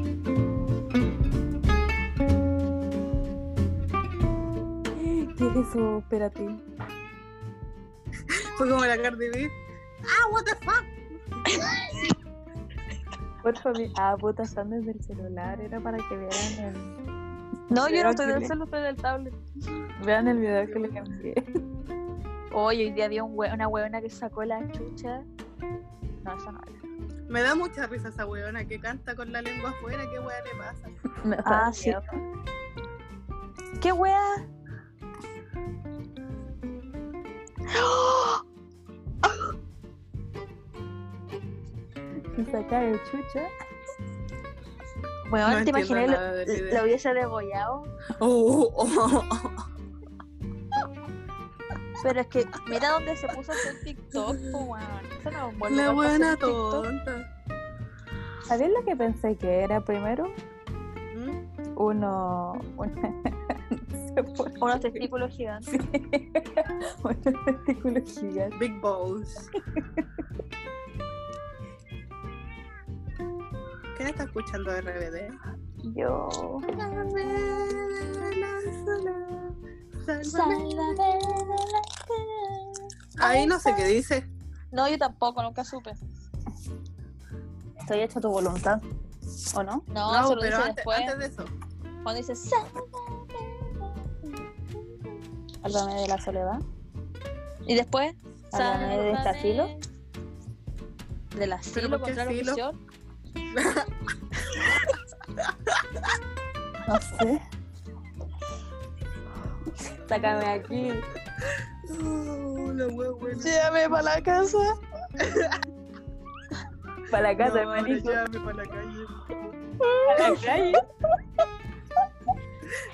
eso, espérate. Fue como la Cardi B. ¡Ah, what the fuck! Por favor, ah, votación desde el celular, era para que vean el, No, yo Pero no estoy del dile. celular, estoy del tablet. vean el video que le cambié. Hoy, hoy día había un hue- una huevona que sacó la chucha. No, esa no era. Me da mucha risa esa weona que canta con la lengua afuera. ¿Qué weá le pasa? Me Ah, sí. ¿Qué wea? Y saca el chucha. Weón, No te entiendo imaginé, lo, nada de la idea. lo hubiese degollado. Oh, oh, oh. Pero es que mira dónde se puso el TikTok, po, weón. Eso no es un buen La lugar para weona hacer TikTok. tonta. ¿Sabéis lo que pensé que era primero? ¿Mm? Uno. una- se fue. Unos testículos gigantes. Unos testículos gigantes. Big balls. ¿Quién está escuchando RBD? Yo. Sálvame de la sola, sálvame. Ahí no sé qué dice. No, yo tampoco, nunca supe. Estoy hecho tu voluntad. ¿O no? No, No, se lo pero dice antes, después. antes de eso. Cuando dice "Sa-". Háblame de la soledad. Y después. Háblame de este asilo. Del asilo por qué contra la asilo? opresión. No sé. Sácame de aquí. Oh, la wea buena. Llévame para la casa. Para la No, casa, ahora hermanito. llévame para la calle. Para la calle.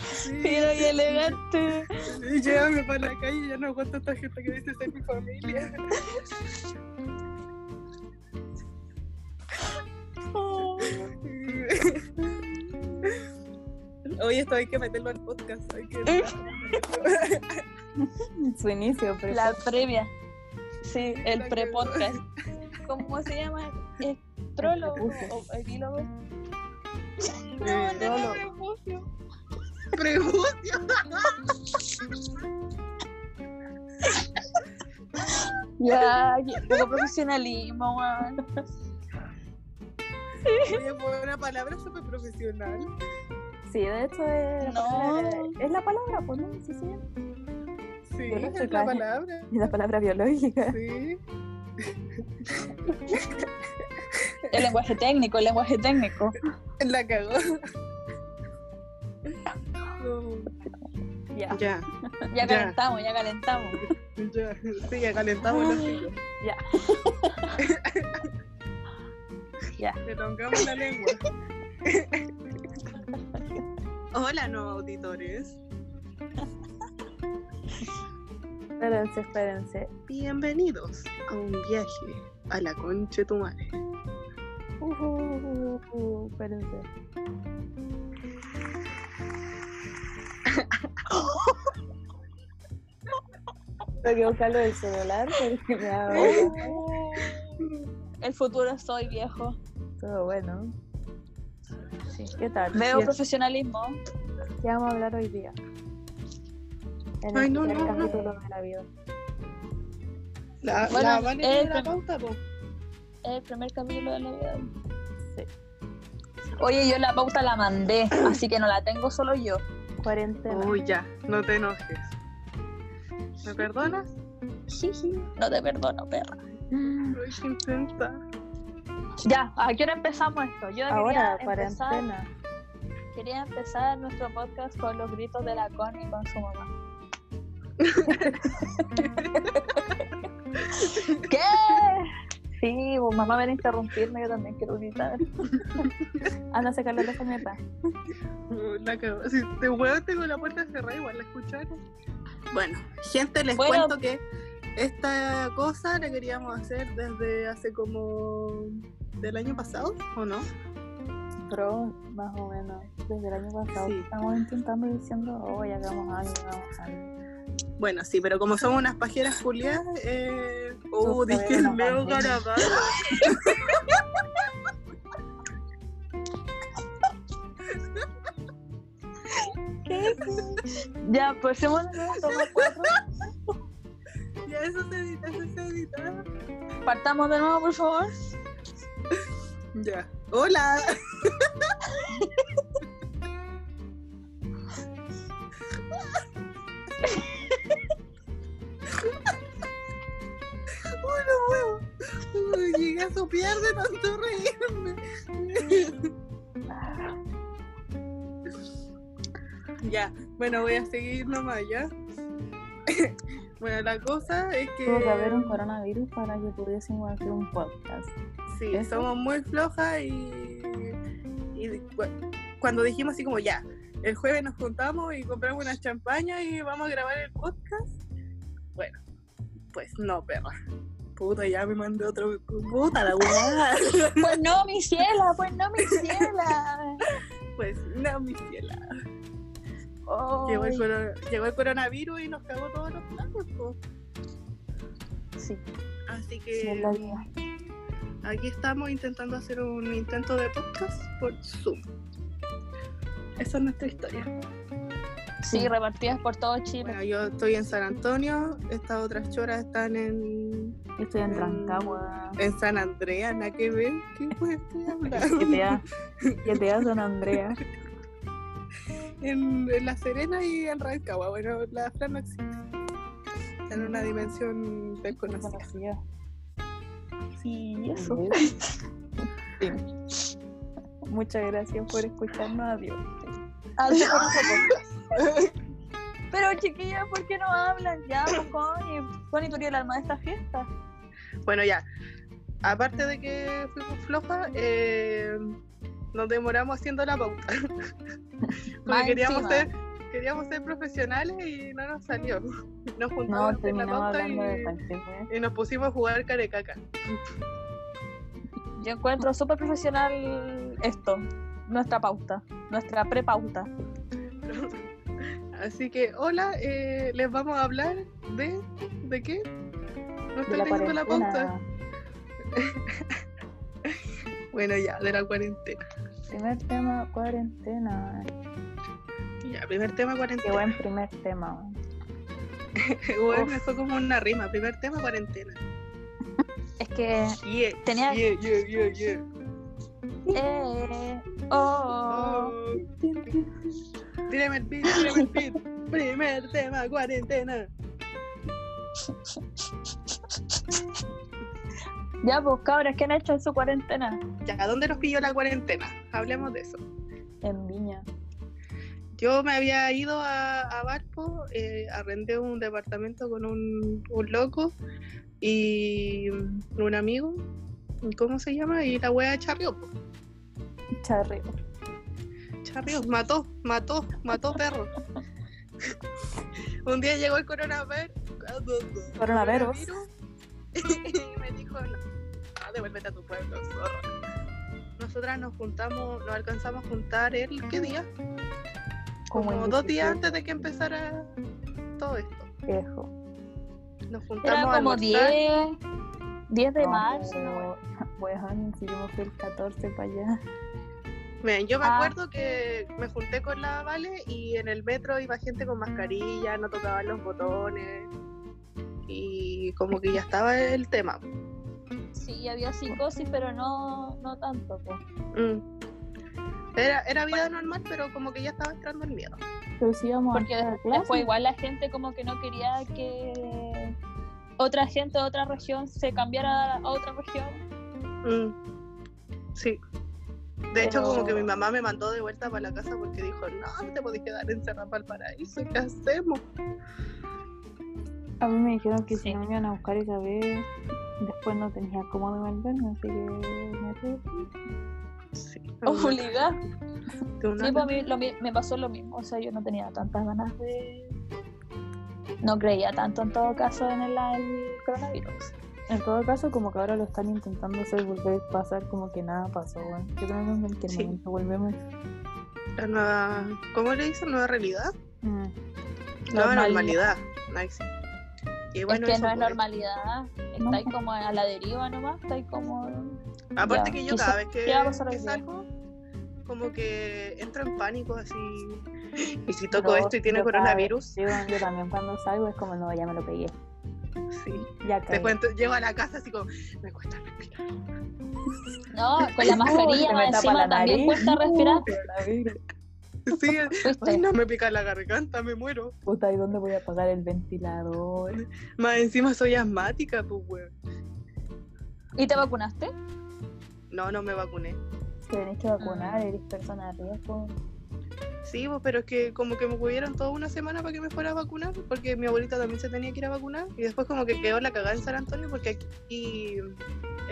Sí, Mira qué elegante. sí, llévame para la calle. Ya no aguanto esta gente que dice ser mi familia. Oh. Oye, esto hay que meterlo al podcast. Hay que... Su inicio, pero. La previa. Sí, el La pre-podcast. ¿Cómo se llama? ¿Es prólogo prepucio. o epílogo? no, no, Pregunta. Ya, qué poco profesionalismo, weón. Oye, fue una palabra súper profesional. Sí, de hecho es. No. Es la palabra, pues, ¿no? Sí, sí. Sí, Yo no es soy la calla. palabra. Es la palabra biológica. Sí. El lenguaje técnico, el lenguaje técnico. La cagó. No. Ya. Ya, Ya. Ya calentamos, ya calentamos. ya. Sí, ya calentamos los chicos. Ya. Ya. Le tocamos la lengua. Hola, no auditores. Espérense, espérense. Bienvenidos a un viaje a la concha de tu madre. Uh, uh, uh, uh, espérense. Tengo que buscarlo del celular porque me da vergüenza. El futuro soy viejo. Todo bueno. ¿Qué tal? Veo Bien, profesionalismo. ¿Qué vamos a hablar hoy día? En Ay, el no, primer no, no. capítulo de la vida. La, Bueno, la Vane eh, tiene la pero- pauta, po. Es el primer capítulo de la vida. Sí. Oye, yo la pauta la mandé, así que no la tengo solo yo. Cuarentena. Uy, ya, no te enojes. ¿Me perdonas? Sí, sí. No te perdono, perra. Ay, qué intensa. Ya, ¿a qué hora empezamos esto? Yo Ahora, quería, empezar, cuarentena. quería empezar nuestro podcast con los gritos de la Connie con su mamá. ¿Qué? Sí, pues, mamá ven a interrumpirme, yo también quiero gritar. Anda a sacarle la camioneta. La cagó. Si te huevo tengo la puerta cerrada, igual la escucharon. Bueno, gente, les Bueno. cuento que esta cosa la queríamos hacer desde hace como del año pasado, ¿o no? Pro, más o menos. Desde el año pasado Sí. estamos intentando y diciendo, oh, ya hagamos algo, hagamos algo. Bueno, sí, pero como somos unas pajeras culiadas, eh... Oh, Tú dije sabes, el una meo pajera. carabao. ¿Qué? Ya, pues, pasemos a la toma cuatro. Ya eso se edita, eso se edita. Partamos de nuevo, por favor. Ya. Hola. Bueno, huevo. Cuando Llegué a sopear de tanto reírme. ya, bueno, voy a seguir nomás, ¿ya? bueno, la cosa es que... Tuvo que haber un coronavirus para que pudiésemos hacer un podcast. Sí, ¿Eso? somos muy flojas y, y cu- cuando dijimos así como ya, el jueves nos juntamos y compramos una champaña y vamos a grabar el podcast, bueno, pues no, perra. Puta, ya me mandé otro... Puta la weá. Pues no, mi ciela, pues no, mi ciela. pues no, mi ciela. Llegó el, Ay, coro- llegó el coronavirus y nos cagó todos los planes, po. Sí, Así sí, es que la vida. aquí estamos intentando hacer un intento de podcast por Zoom. Esa es nuestra historia. sí, repartidas por todo Chile. Bueno, yo estoy en San Antonio, estas otras choras están en, Yo estoy en Mm. Rancagua. en San Andrea, nada que ver, ¿qué weá estoy hablando? GTA, GTA San Andrea. en, en La Serena y en Rancagua, bueno, la Fran no existe, Está en una dimensión desconocida. Conocida. Sí, Sí. Muchas gracias por escucharnos. Adiós. Así Ah, por nosotros. Pero chiquillas, ¿por qué no hablan ya, pues, Connie? Connie, tú eres el alma de esta fiesta. Bueno, ya, aparte de que fuimos flojas, eh, nos demoramos haciendo la pauta, Más porque queríamos encima. ser, queríamos ser profesionales y no nos salió. Nos juntamos No, a hacer pues, la terminamos pauta hablando y- de cualquier wea. y nos pusimos a jugar carecaca. Yo encuentro súper profesional esto, nuestra pauta, nuestra prepauta. Así que, hola, eh, les vamos a hablar de. ¿De qué? No De estoy la leyendo la pauta. cuarentena. Bueno, ya, de la cuarentena. Primer tema, cuarentena. Ya, primer tema, Qué cuarentena. buen primer tema. wea. Bueno, Uf. me fue como una rima. Primer tema, cuarentena. Es que, Yeah. Tenía- Yeah, yeah, yeah, yeah. eh, oh, Oh. Tírame el beat, tírame el beat. Primer tema, cuarentena. ya pues cabras, ¿qué han hecho en su cuarentena? Ya, ¿dónde nos pilló la cuarentena? Hablemos de eso. En Viña. Yo me había ido a, a Valpo, eh, arrendé un departamento con un, un loco y mm, un amigo, ¿cómo se llama? Y la wea charrió, po. Charreo. charrió, mató, mató, mató perro. un día llegó el coronavirus, Coronavirus. y me dijo, no, no, devuélvete a tu pueblo, zorra. Nosotras nos juntamos, nos alcanzamos a juntar el, ¿qué día? Como, en dos 17 días antes de que empezara todo esto. viejo. Nos Era juntamos a como almorzar. 10, 10 de No, marzo. pero, ¿no? weón, si yo me fui el 14 para allá. Miren, yo me Ah. acuerdo que me junté con la Vale y en el metro iba gente con mascarilla, no tocaban los botones y como que ya estaba el tema. Sí, había psicosis, pero no, no tanto. pues. Mm. Era, era vida normal, pero como que ya estaba entrando el miedo. Pero sí íbamos Porque a la Después igual la gente como que no quería que otra gente de otra región se cambiara a otra región. Mm. Sí. De hecho, Pero- como que mi mamá me mandó de vuelta para la casa porque dijo, no, no te podés quedar encerrada para el paraíso, ¿qué hacemos? A mí me dijeron que Sí. si no me iban a buscar esa vez, después no tenía cómo devolverme, así que me fui. Sí. Obligada. De una- Sí, pues a mí lo mi- me pasó lo mismo, o sea, yo no tenía tantas ganas de... No creía tanto en todo caso en el, el coronavirus. En todo caso, como que ahora lo están intentando hacer volver a pasar, como que nada pasó, weón. Yo creo que en cualquier Sí. momento volvemos. la nueva- ¿Cómo le dicen? ¿Nueva realidad? Mm. Nueva Normalidad. normalidad. Nice. Y bueno, es que eso, no es pues. normalidad, No. estáis como a la deriva nomás, estáis como... Aparte Ya, que yo quizá- cada vez que, ¿qué va a pasar hoy que día? salgo, como que entro en pánico así. Y si toco No, esto y tiene yo cada coronavirus, Sí, bueno, yo también cuando salgo es como, no, ya me lo pegué. sí. Ya Te caí. cuento, llego a la casa así como, me cuesta respirar. No, con la mascarilla Se me más tapa encima la también nariz. cuesta respirar. Coronavirus. Sí, ay, Fuiste. no me pica la garganta, me muero. Puta, ¿y dónde voy a pagar el ventilador? Más encima soy asmática, pues, weón. ¿Y te vacunaste? No, no me vacuné. Te tenés que vacunar, eres persona de riesgo. Sí, pues, pero es que como que me cubrieron toda una semana para que me fuera a vacunar, porque mi abuelita también se tenía que ir a vacunar. Y después como que quedó la cagada en San Antonio, porque aquí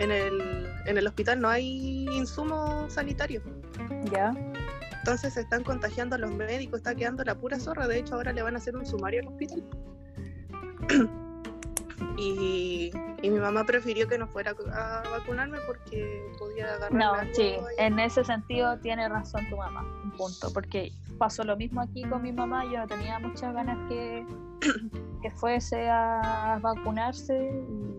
en el, en el hospital no hay insumos sanitarios. ¿Ya? Entonces se están contagiando a los médicos, está quedando la pura zorra. De hecho, ahora le van a hacer un sumario al hospital. y, y mi mamá prefirió que no fuera a vacunarme porque podía agarrar. No, sí, eh. en ese sentido tiene razón tu mamá, un punto, porque pasó lo mismo aquí con mi mamá, yo no tenía muchas ganas que, que fuese a vacunarse,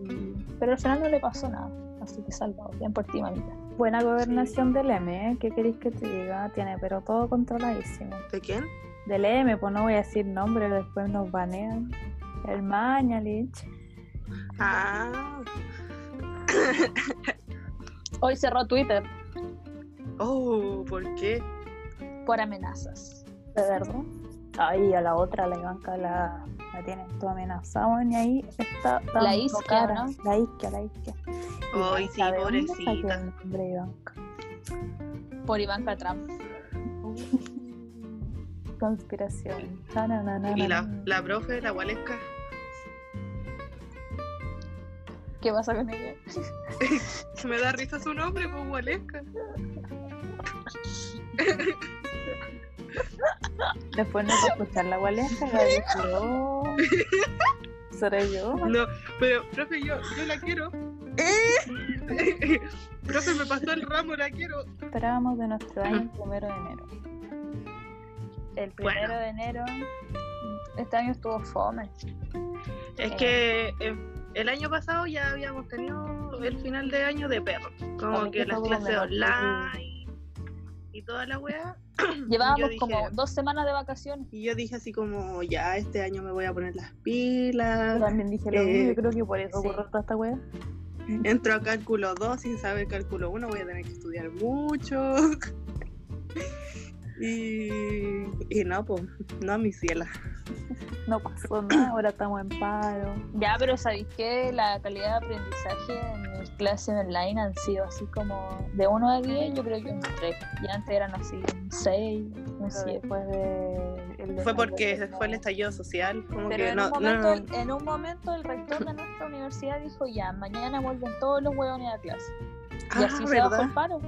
y- pero al final no le pasó nada, así que salvado, bien por ti, mamita. Buena gobernación del M, ¿eh? ¿Qué queréis que te diga? Tiene, pero todo controladísimo. ¿De quién? Del M, pues no voy a decir nombre, después nos banean. El Mañalich. Ah, Hoy cerró Twitter oh, ¿por qué? por amenazas. ¿De verdad? Ahí a la otra, la banca la, la tienen toda amenazada, weón, y ahí está dando La isquia, cara. ¿no? La isquia, la isquia. Ay, sí, ¿Sabe dónde saqué el pobrecita. nombre de Ivanka? Por Ivanka Trump. Conspiración. Tananana. Y la, la profe, la gualesca. ¿Qué pasa con ella? Me da risa su nombre, pues gualesca. Después no puedo escuchar la gualeja, la desculó. Seré yo. No, pero profe, yo, yo la quiero. profe, me pasó el ramo, la quiero. Esperábamos de nuestro año el primero de enero. El primero Bueno. de enero, este año estuvo fome. Es Eh. que eh, el año pasado ya habíamos tenido el final de año de perro. A Como mí que que las tampoco me clases va- online y toda la weá. Llevábamos dije- como dos semanas de vacaciones. Y yo dije así como, ya este año me voy a poner las pilas. Yo también dije lo Eh, mismo, yo creo que por eso sí. ocurrió toda esta wea. Entro a cálculo 2 sin saber cálculo 1, voy a tener que estudiar mucho. y, y no, pues, no, mi ciela. No pasó nada, ahora estamos en paro. Ya, pero sabéis que la calidad de aprendizaje en mis clases online han sido así como de 1 a 10, yo creo que un 3. Y antes eran así un 6, un Pero 7. después de. el Fue porque desarrollo fue el de- estallido social. Como Pero que en, no, un no, momento, en un momento el rector de nuestra universidad dijo ya, mañana vuelven todos los huevones a clase. Y Ah, así se bajó verdad. el paro.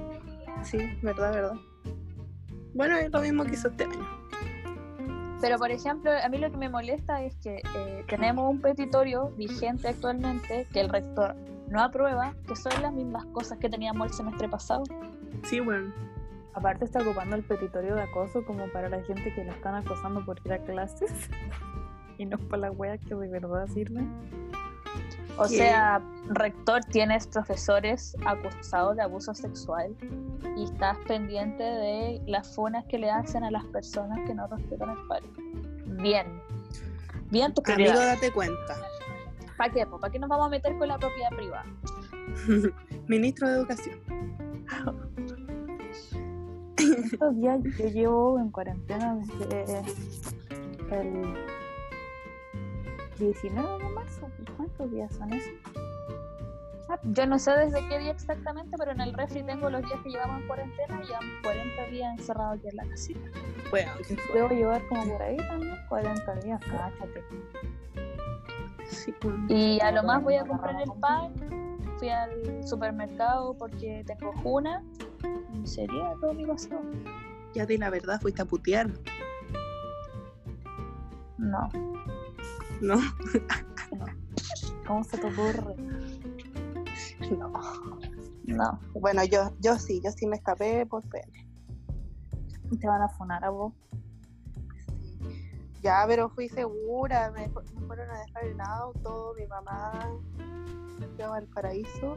Sí, verdad, verdad. Bueno, es lo mismo que hizo este año. Pero, por ejemplo, a mí lo que me molesta es que eh, tenemos un petitorio vigente actualmente que el rector no aprueba, que son las mismas cosas que teníamos el semestre pasado. Sí, bueno. Aparte, está ocupando el petitorio de acoso como para la gente que la están acosando por ir a clases. Y no para las weas que de verdad sirven. O Sí. sea, rector, tienes profesores acusados de abuso sexual y estás pendiente de las funas que le hacen a las personas que no respetan el paro. Bien. Bien tus Amigo, prioridades. date cuenta. ¿Para qué? po? ¿Para qué nos vamos a meter con la propiedad privada? Ministro de Educación. Estos días yo llevo en cuarentena desde el 19 de marzo. ¿Cuántos días son esos? Ah, Yo no sé desde qué día exactamente, pero en el refri tengo los días que llevamos en cuarentena y llevamos 40 días encerrados aquí en la casita. Bueno, ¿qué fue? Debo llevar como por ahí también 40 días, cáchate. Sí, bueno. Y a lo más voy a comprar el pan, fui al supermercado porque tengo juna. ¿En serio? ¿Todo mi pasado? Ya di la verdad, fuiste a putear, No. ¿no? ¿Cómo se te ocurre? No. No, Bueno, yo, yo sí, yo sí me escapé por pena. Te van a funar a vos. Ya, pero fui segura, me, fu- me fueron a dejar en auto, mi mamá fue a Valparaíso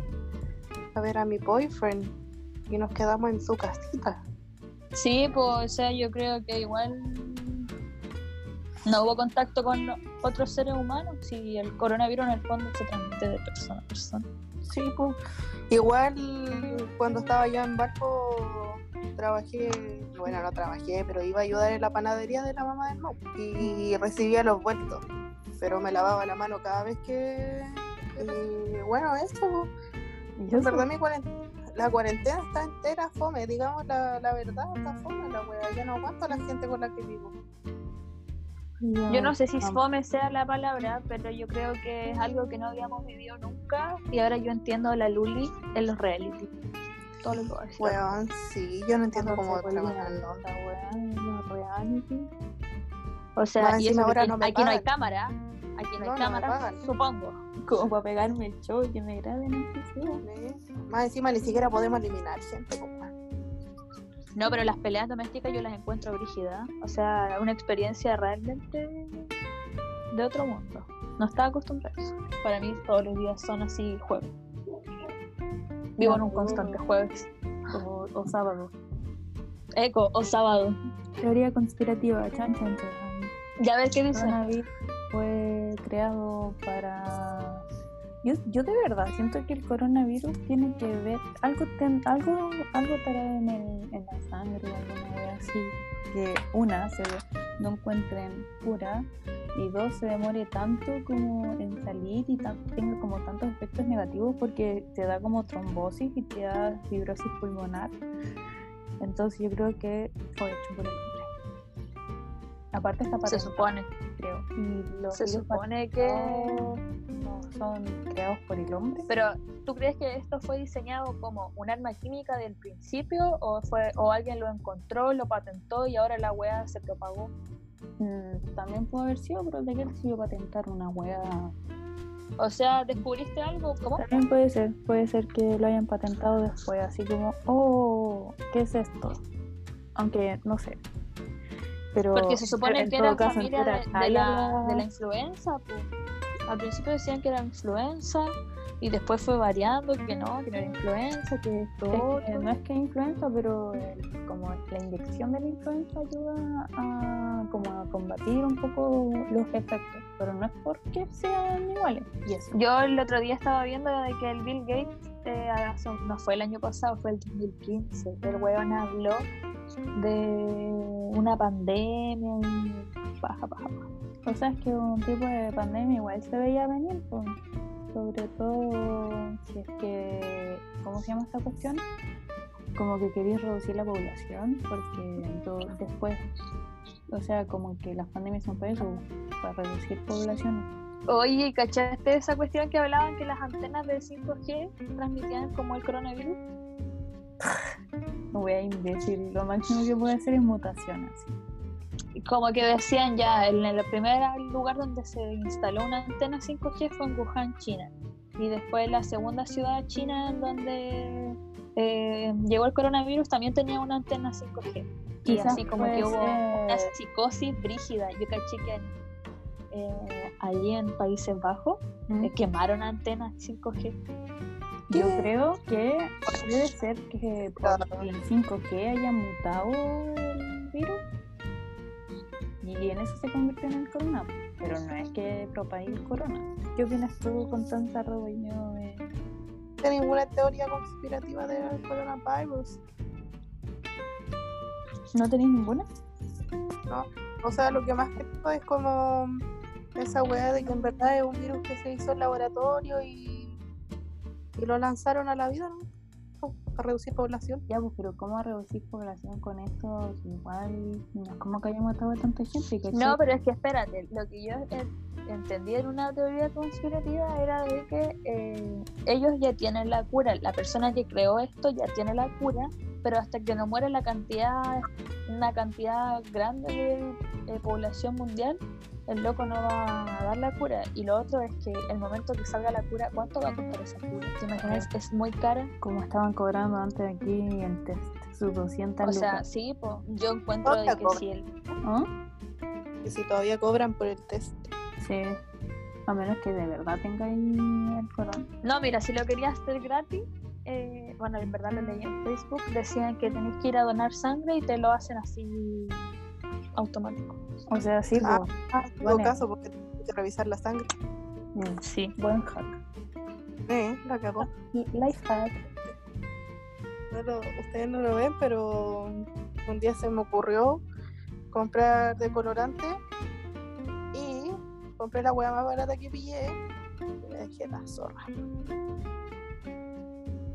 a ver a mi boyfriend y nos quedamos en su casita. Sí, pues, o sea, yo creo que igual no hubo contacto con otros seres humanos si el coronavirus en el fondo se transmite de persona a persona. Sí, pues. Igual cuando estaba yo en barco trabajé, bueno, no trabajé, pero iba a ayudar en la panadería de la mamá del Mau y recibía los vueltos, pero me lavaba la mano cada vez que... Y bueno, eso, Y en eso, verdad mi cuarentena, la cuarentena está entera fome, digamos la, la verdad, está fome la wea, yo no aguanto a la gente con la que vivo. ya, Yo no sé si am- fome sea la palabra, pero yo creo que es algo que no habíamos vivido nunca y ahora yo entiendo a la Luli en los reality. Todo lo que va a decir. Weón, sí, yo no entiendo cuando cómo se vuelve trabajan. la onda, weón, los reality. O sea, Más y encima eso que ahora aquí- no me aquí no hay pagan. cámara, aquí no No, no me hay cámara, pagan. supongo. Como para pegarme el show y que me graben en PC. ¿eh? Más encima ni siquiera podemos eliminar gente. po, weón. No, pero las peleas domésticas yo las encuentro brígidas. O sea, una experiencia realmente de otro mundo. No estaba acostumbrada a eso. Para mí todos los días son así jueves. Vivo en un constante jueves. O, o sábado. Eco o sábado. Teoría conspirativa, chan chan chan. Ya ves qué El dicen. coronavirus fue creado para... Yo, yo de verdad siento que el coronavirus tiene que ver, algo ten- algo, algo estará en, el- en la sangre o alguna wea así, que una, se no encuentren cura y dos, se demore tanto como en salir y tan- tenga como tantos efectos negativos porque te da como trombosis y te da fibrosis pulmonar. Entonces yo creo que fue hecho por el hombre. Aparte está Se patentado supone. creo. Y los Se virus supone que... patentados no son creados por el hombre. Pero, ¿tú crees que esto fue diseñado como un arma química del principio o fue o alguien lo encontró, lo patentó y ahora la weá se propagó? Mm, también pudo haber sido, pero de que él sirvió patentar una hueá. O sea, ¿descubriste algo? ¿Cómo? También puede ser, puede ser que lo hayan patentado después, así como, oh, ¿qué es esto? Aunque no sé. Pero Porque se supone en que todo eran caso, familia entera de, de talla la, la- de la influenza. po. Al principio decían que era influenza y después fue variando que no, que no era influenza, que esto. Es que otro. no es que influenza, pero el- como la inyección de la influenza ayuda a, como a combatir un poco los efectos, pero no es porque sean iguales. Y eso. Yo el otro día estaba viendo de que el Bill Gates, eh, hace- no fue el año pasado, fue el 2015, el weón habló de una pandemia y baja, baja. O sea, es que un tipo de pandemia igual se veía venir, po. sobre todo si es que, ¿cómo se llama esta cuestión? Como que queréis reducir la población, porque ento- después, o sea, como que las pandemias son para eso, para reducir población. Oye, ¿cachaste esa cuestión que hablaban que las antenas de 5G transmitían como el coronavirus? No voy a imbécil, lo máximo que puede hacer es mutación, así. Y como que decían ya, en el primer lugar donde se instaló una antena 5G fue en Wuhan, China. Y después la segunda ciudad china en donde eh, llegó el coronavirus también tenía una antena 5G. Y Quizás así como puede que hubo una ser- eh, psicosis brígida. Yo caché que en, eh, allí en Países Bajos eh, quemaron antenas 5G. Yo ¿Qué? creo que debe ser que por el 5G haya mutado el virus y en eso se convirtió en el corona. Pero no es que propague el corona. ¿Qué opinas tú con tanta reunión de No hay ninguna teoría conspirativa del coronavirus. ¿No tenéis ninguna? O sea, lo que más creo es como esa weá de que en verdad es un virus que se hizo en laboratorio y, y lo lanzaron a la vida, ¿no? Po, A reducir población. Ya, pues, pero ¿cómo reducir población con esto? Si Igual, no es como que haya matado a tanta gente. ¿cachai? No, pero es que espérate, lo que yo eh, entendí en una teoría conspirativa era de que eh, ellos ya tienen la cura, la persona que creó esto ya tiene la cura, pero hasta que no muera la cantidad, una cantidad grande de eh, población mundial, el loco no va a dar la cura. Y lo otro es que el momento que salga la cura, ¿cuánto va a costar esa cura? ¿Te imaginas? Es muy cara. Como estaban cobrando antes aquí el test, sus 200 O sea, lucas. sí, po, yo encuentro de ¿Cuánta que cobra? si el ¿Ah? Y si todavía cobran por el test. Sí. A menos que de verdad tengáis el corona. No, mira, si lo querías hacer gratis, eh, bueno, en verdad lo leí en Facebook, decían que tenés que ir a donar sangre y te lo hacen así automático. O sea, sí, Ah, pues, Ah, en todo Vale. caso, porque tengo que revisar la sangre. mm, Sí. buen hack. Eh, la cagó. Y life hack. No lo- ustedes no lo ven, pero un día se me ocurrió comprar decolorante y compré la hueá más barata que pillé y me dejé la zorra.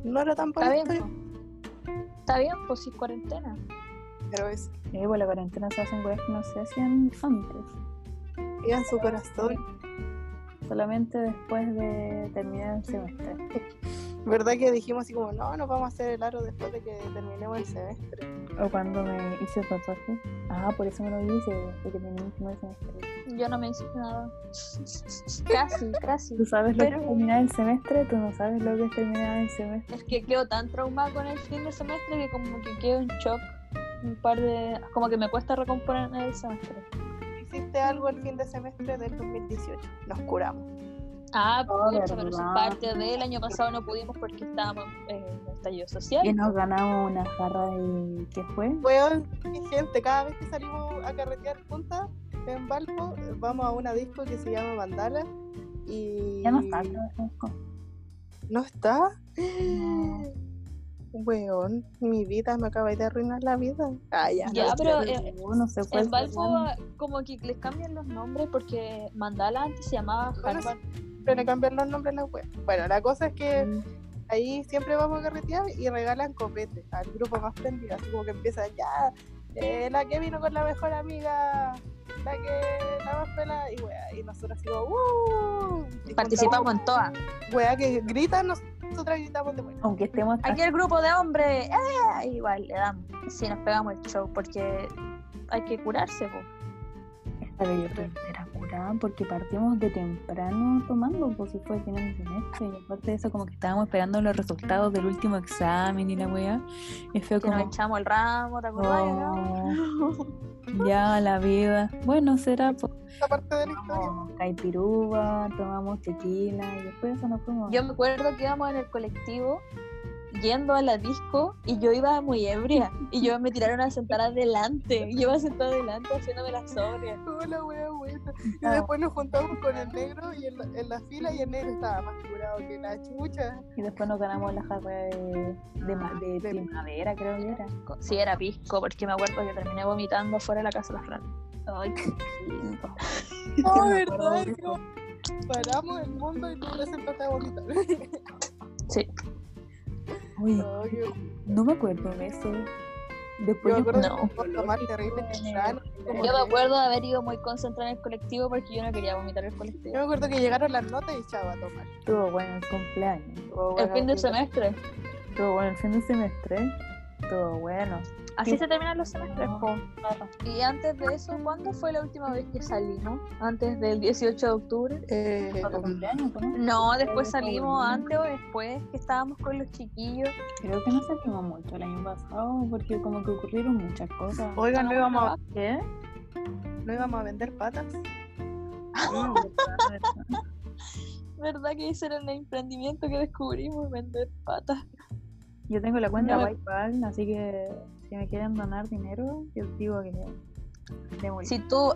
No era tan Está bien, bonito, po. está bien, pues sí, cuarentena. pero es Y bueno, pues, la cuarentena se hacen weas que no se hacían antes. en su corazón. Solamente después de terminar el semestre. ¿Verdad que dijimos así como, no, nos vamos a hacer el aro después de que terminemos el semestre? O cuando me hice el tatuaje. Ah, por eso me lo hice, porque terminé el primer semestre. Yo no me hice nada. Casi, casi. Tú sabes lo que Pero- es terminar el semestre, tú no sabes lo que es terminar el semestre. Es que quedo tan traumada con el fin de semestre que como que quedo en shock. Un par de... Como que me cuesta recomponer el semestre. Hiciste algo el fin de semestre del 2018. Nos curamos. Ah, Oh, pucha, pero eso es verdad. parte del año pasado no pudimos porque estábamos en el estallido social. Y nos ganamos una jarra de. ¿Qué fue? Weón, qué gente, cada vez que salimos a carretear juntas en Valpo, vamos a una disco que se llama Mandala y... Ya no está, creo que conozco. ¿No está? No. Weón, mi vida, me acabáis de arruinar la vida. Ah, ya. Ya, no, pero ya, eh, No, no sé cuál en fue, Valpo bueno. como que les cambian los nombres porque Mandala antes se llamaba Bueno, Harvard. siempre le cambian los nombres a las weas. Bueno, la cosa es que ahí siempre vamos a carretear y regalan copete al grupo más prendido. Así como que empieza ya, eh, la que vino con la mejor amiga, la que la más pelada, y wea. Y nosotros así como, "Uh", y Participamos en todas. contamos, Wea que gritan, nosotras gritamos de wea. Aunque estemos. Aquí el grupo de hombres, ¡ah! igual le damos. Si nos pegamos el show porque hay que curarse. po. Pero yo creo que era curada porque partimos de temprano tomando, pues si fue final de semestre. Y aparte de eso, como que estábamos esperando los resultados del último examen y la wea. Y fue Que nos como. echamos el ramo, ¿te acordás? "Oh, ya la vida. Bueno, será. Pues, Esta parte de la historia. tomamos caipiruba, tomamos tequila y después de eso nos fuimos. Yo me acuerdo que íbamos en el colectivo yendo a la disco y yo iba muy ebria y yo me tiraron a sentar adelante. y Yo iba sentada adelante haciéndome la sobria. Toda la wea buena. Y Ah. después nos juntamos con el negro y en la, en la fila y el negro estaba más curado que la chucha. Y después nos ganamos la jarra de, de, ma- de De- primavera, creo que era. Sí, era pisco porque me acuerdo que terminé vomitando fuera de la casa de la Fran. Ay, qué lindo. No, me Oh, verdad, acuerdo de es como paramos el mundo y tú te sentaste a vomitar. Uy, No, yo- no me acuerdo de eso. Yo Después me yo acuerdo pues, No. que fue tomar terrible temprano. como Yo me que- acuerdo de haber ido muy concentrada en el colectivo porque yo no quería vomitar en el yo colectivo. me acuerdo que llegaron las notas y chava a tomar. estuvo bueno el cumpleaños. El fin de semestre. Estuvo bueno el fin de semestre. Estuvo bueno. Así Sí. se terminan los semestres. No. po. Y antes de eso, ¿cuándo fue la última vez que salimos? Antes del 18 de octubre. Eh, um, Para tu cumpleaños, ¿no? No, después Después salimos volvimos. antes o después que estábamos con los chiquillos. Creo que no salimos mucho el año pasado porque como que ocurrieron muchas cosas. Oigan, Ah, no íbamos, a, ¿Ah, ¿Qué? no íbamos a vender patas. No, verdad, verdad. ¿Verdad que ese era el emprendimiento que descubrimos? Vender patas. Yo tengo la cuenta No. PayPal, así que si me quieren donar dinero, yo digo que de morir. Si tú,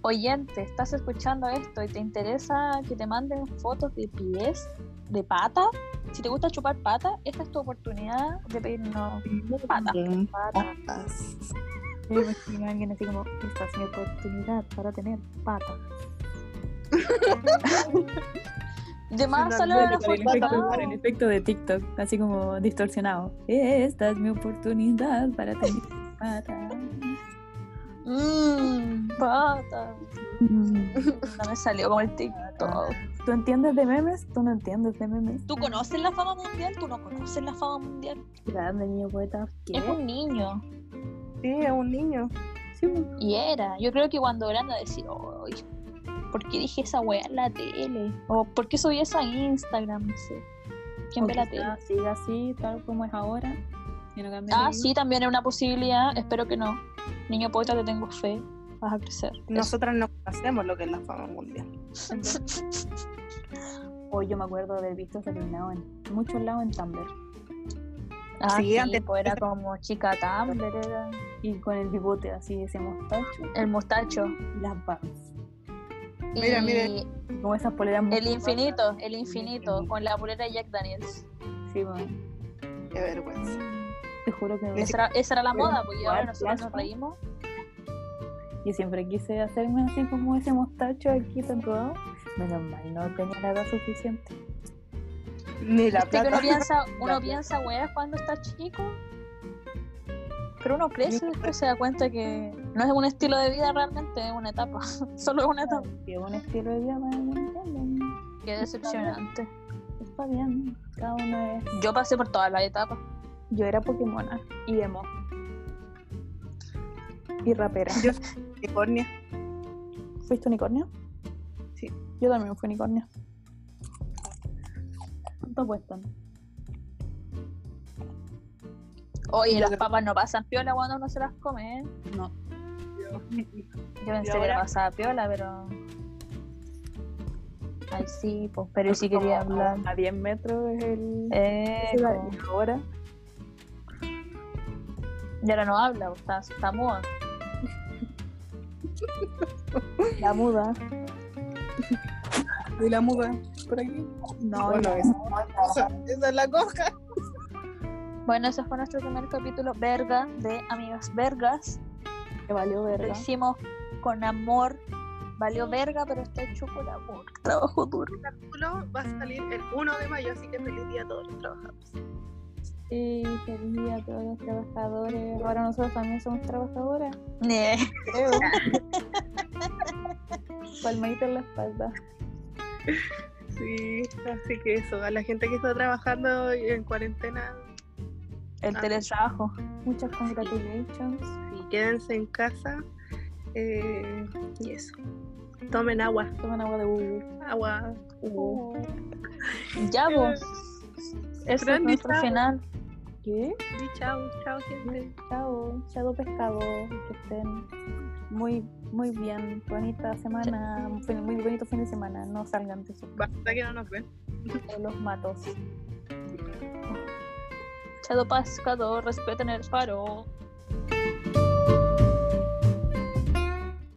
oyente, estás escuchando esto y te interesa que te manden fotos de pies, de pata, si te gusta chupar pata, esta es tu oportunidad de pedirnos Ah, Mm. pata. pata. Patas. Yo me imagino a alguien así como, esta es mi oportunidad para tener patas. De más solo la foto. el efecto de TikTok, así como distorsionado. Esta es mi oportunidad para tener patas. Mmm, pata. No me salió como el TikTok. Mm. ¿Tú entiendes de memes? Tú no entiendes de memes. ¿Tú conoces la fama mundial? ¿Tú no conoces la fama mundial? Grande niño poeta. ¿Qué? Es un niño. Sí, es un niño. Sí, pues. Y era. Yo creo que cuando grande va a decir, "Ay, ¿por qué dije esa weá en la tele? O ¿por qué subí eso a Instagram? No sé. ¿Quién O ve la tele? quizá Siga así, tal como es ahora. y no cambie Ah, de- sí, también es una posibilidad. Espero que no. Niño poeta, te tengo fe. Vas a crecer. Nosotras no conocemos lo que es la fama mundial. O yo me acuerdo de haber visto ese peinado en muchos lados en Tumblr. Ah, Sí, sí, antes- pues era como chica Tumblr, era Y con el bigote así, ese mostacho el mostacho. y las bands. Mira, y mira. Como esas poleras muy El infinito, cortas. el infinito, con la bolera de Jack Daniels. Sí, bueno, Qué vergüenza. te juro que me- Esa era, esa era la moda, porque ahora Igual, nosotros nos clásico. reímos. Yo siempre quise hacerme así como ese mostacho aquí tatuado. Menos mal, no tenía la edad suficiente. Ni la Viste plata. que uno piensa, uno plata. piensa weas cuando está chico. Pero uno crece y después se da cuenta que no es un estilo de vida realmente, es una etapa. Solo es una etapa. Que un estilo de vida para mí, ¿no? Qué decepcionante. Está bien, cada uno es. Yo pasé por todas las etapas. Yo era Pokémona y emo. Y rapera. Yo soy unicornio. ¿Fuiste unicornio? Sí. Yo también fui unicornio. ¿Cuánto cuestan? Oye, Yo las creo- papas no pasan piola cuando uno se las come. ¿eh? No. Yo pensé Y que ahora- pasaba piola, pero. Ay, sí, pues, pero yo sí quería Como hablar. A 10 metros es el. Eh, ese como- daño. ahora. y ahora no habla, pues, está, está muda. La muda. De la muda. Por aquí. No, Bueno, no. esa, cosa- esa es la coja. Bueno, ese fue nuestro primer capítulo, verga, de Amigas Vergas. Que valió Lo verga. hicimos con amor. Valió verga, pero está hecho con amor. Trabajo duro. Va a salir el 1 de mayo, así que feliz día a todos los trabajadores. Sí, feliz día a todos los trabajadores. Ahora nosotros también somos trabajadoras. Ne. Creo. Palmadita en la espalda. Sí, así que eso, a la gente que está trabajando en cuarentena, El Ah. teletrabajo. Muchas congratulations. sí, quédense en casa. eh, y eso. Tomen agua. Toman agua de Google. Agua. Uh. Ya, vos. Ese es Brandy, nuestro chao. final. ¿Qué? Y chao, chao, gente. Chao, chao pescado, que estén muy, muy bien, bonita semana, un fin- muy bonito fin de semana, no salgan de sus Basta que no nos ven. de los matos. Chado Pescador, respeten el faro.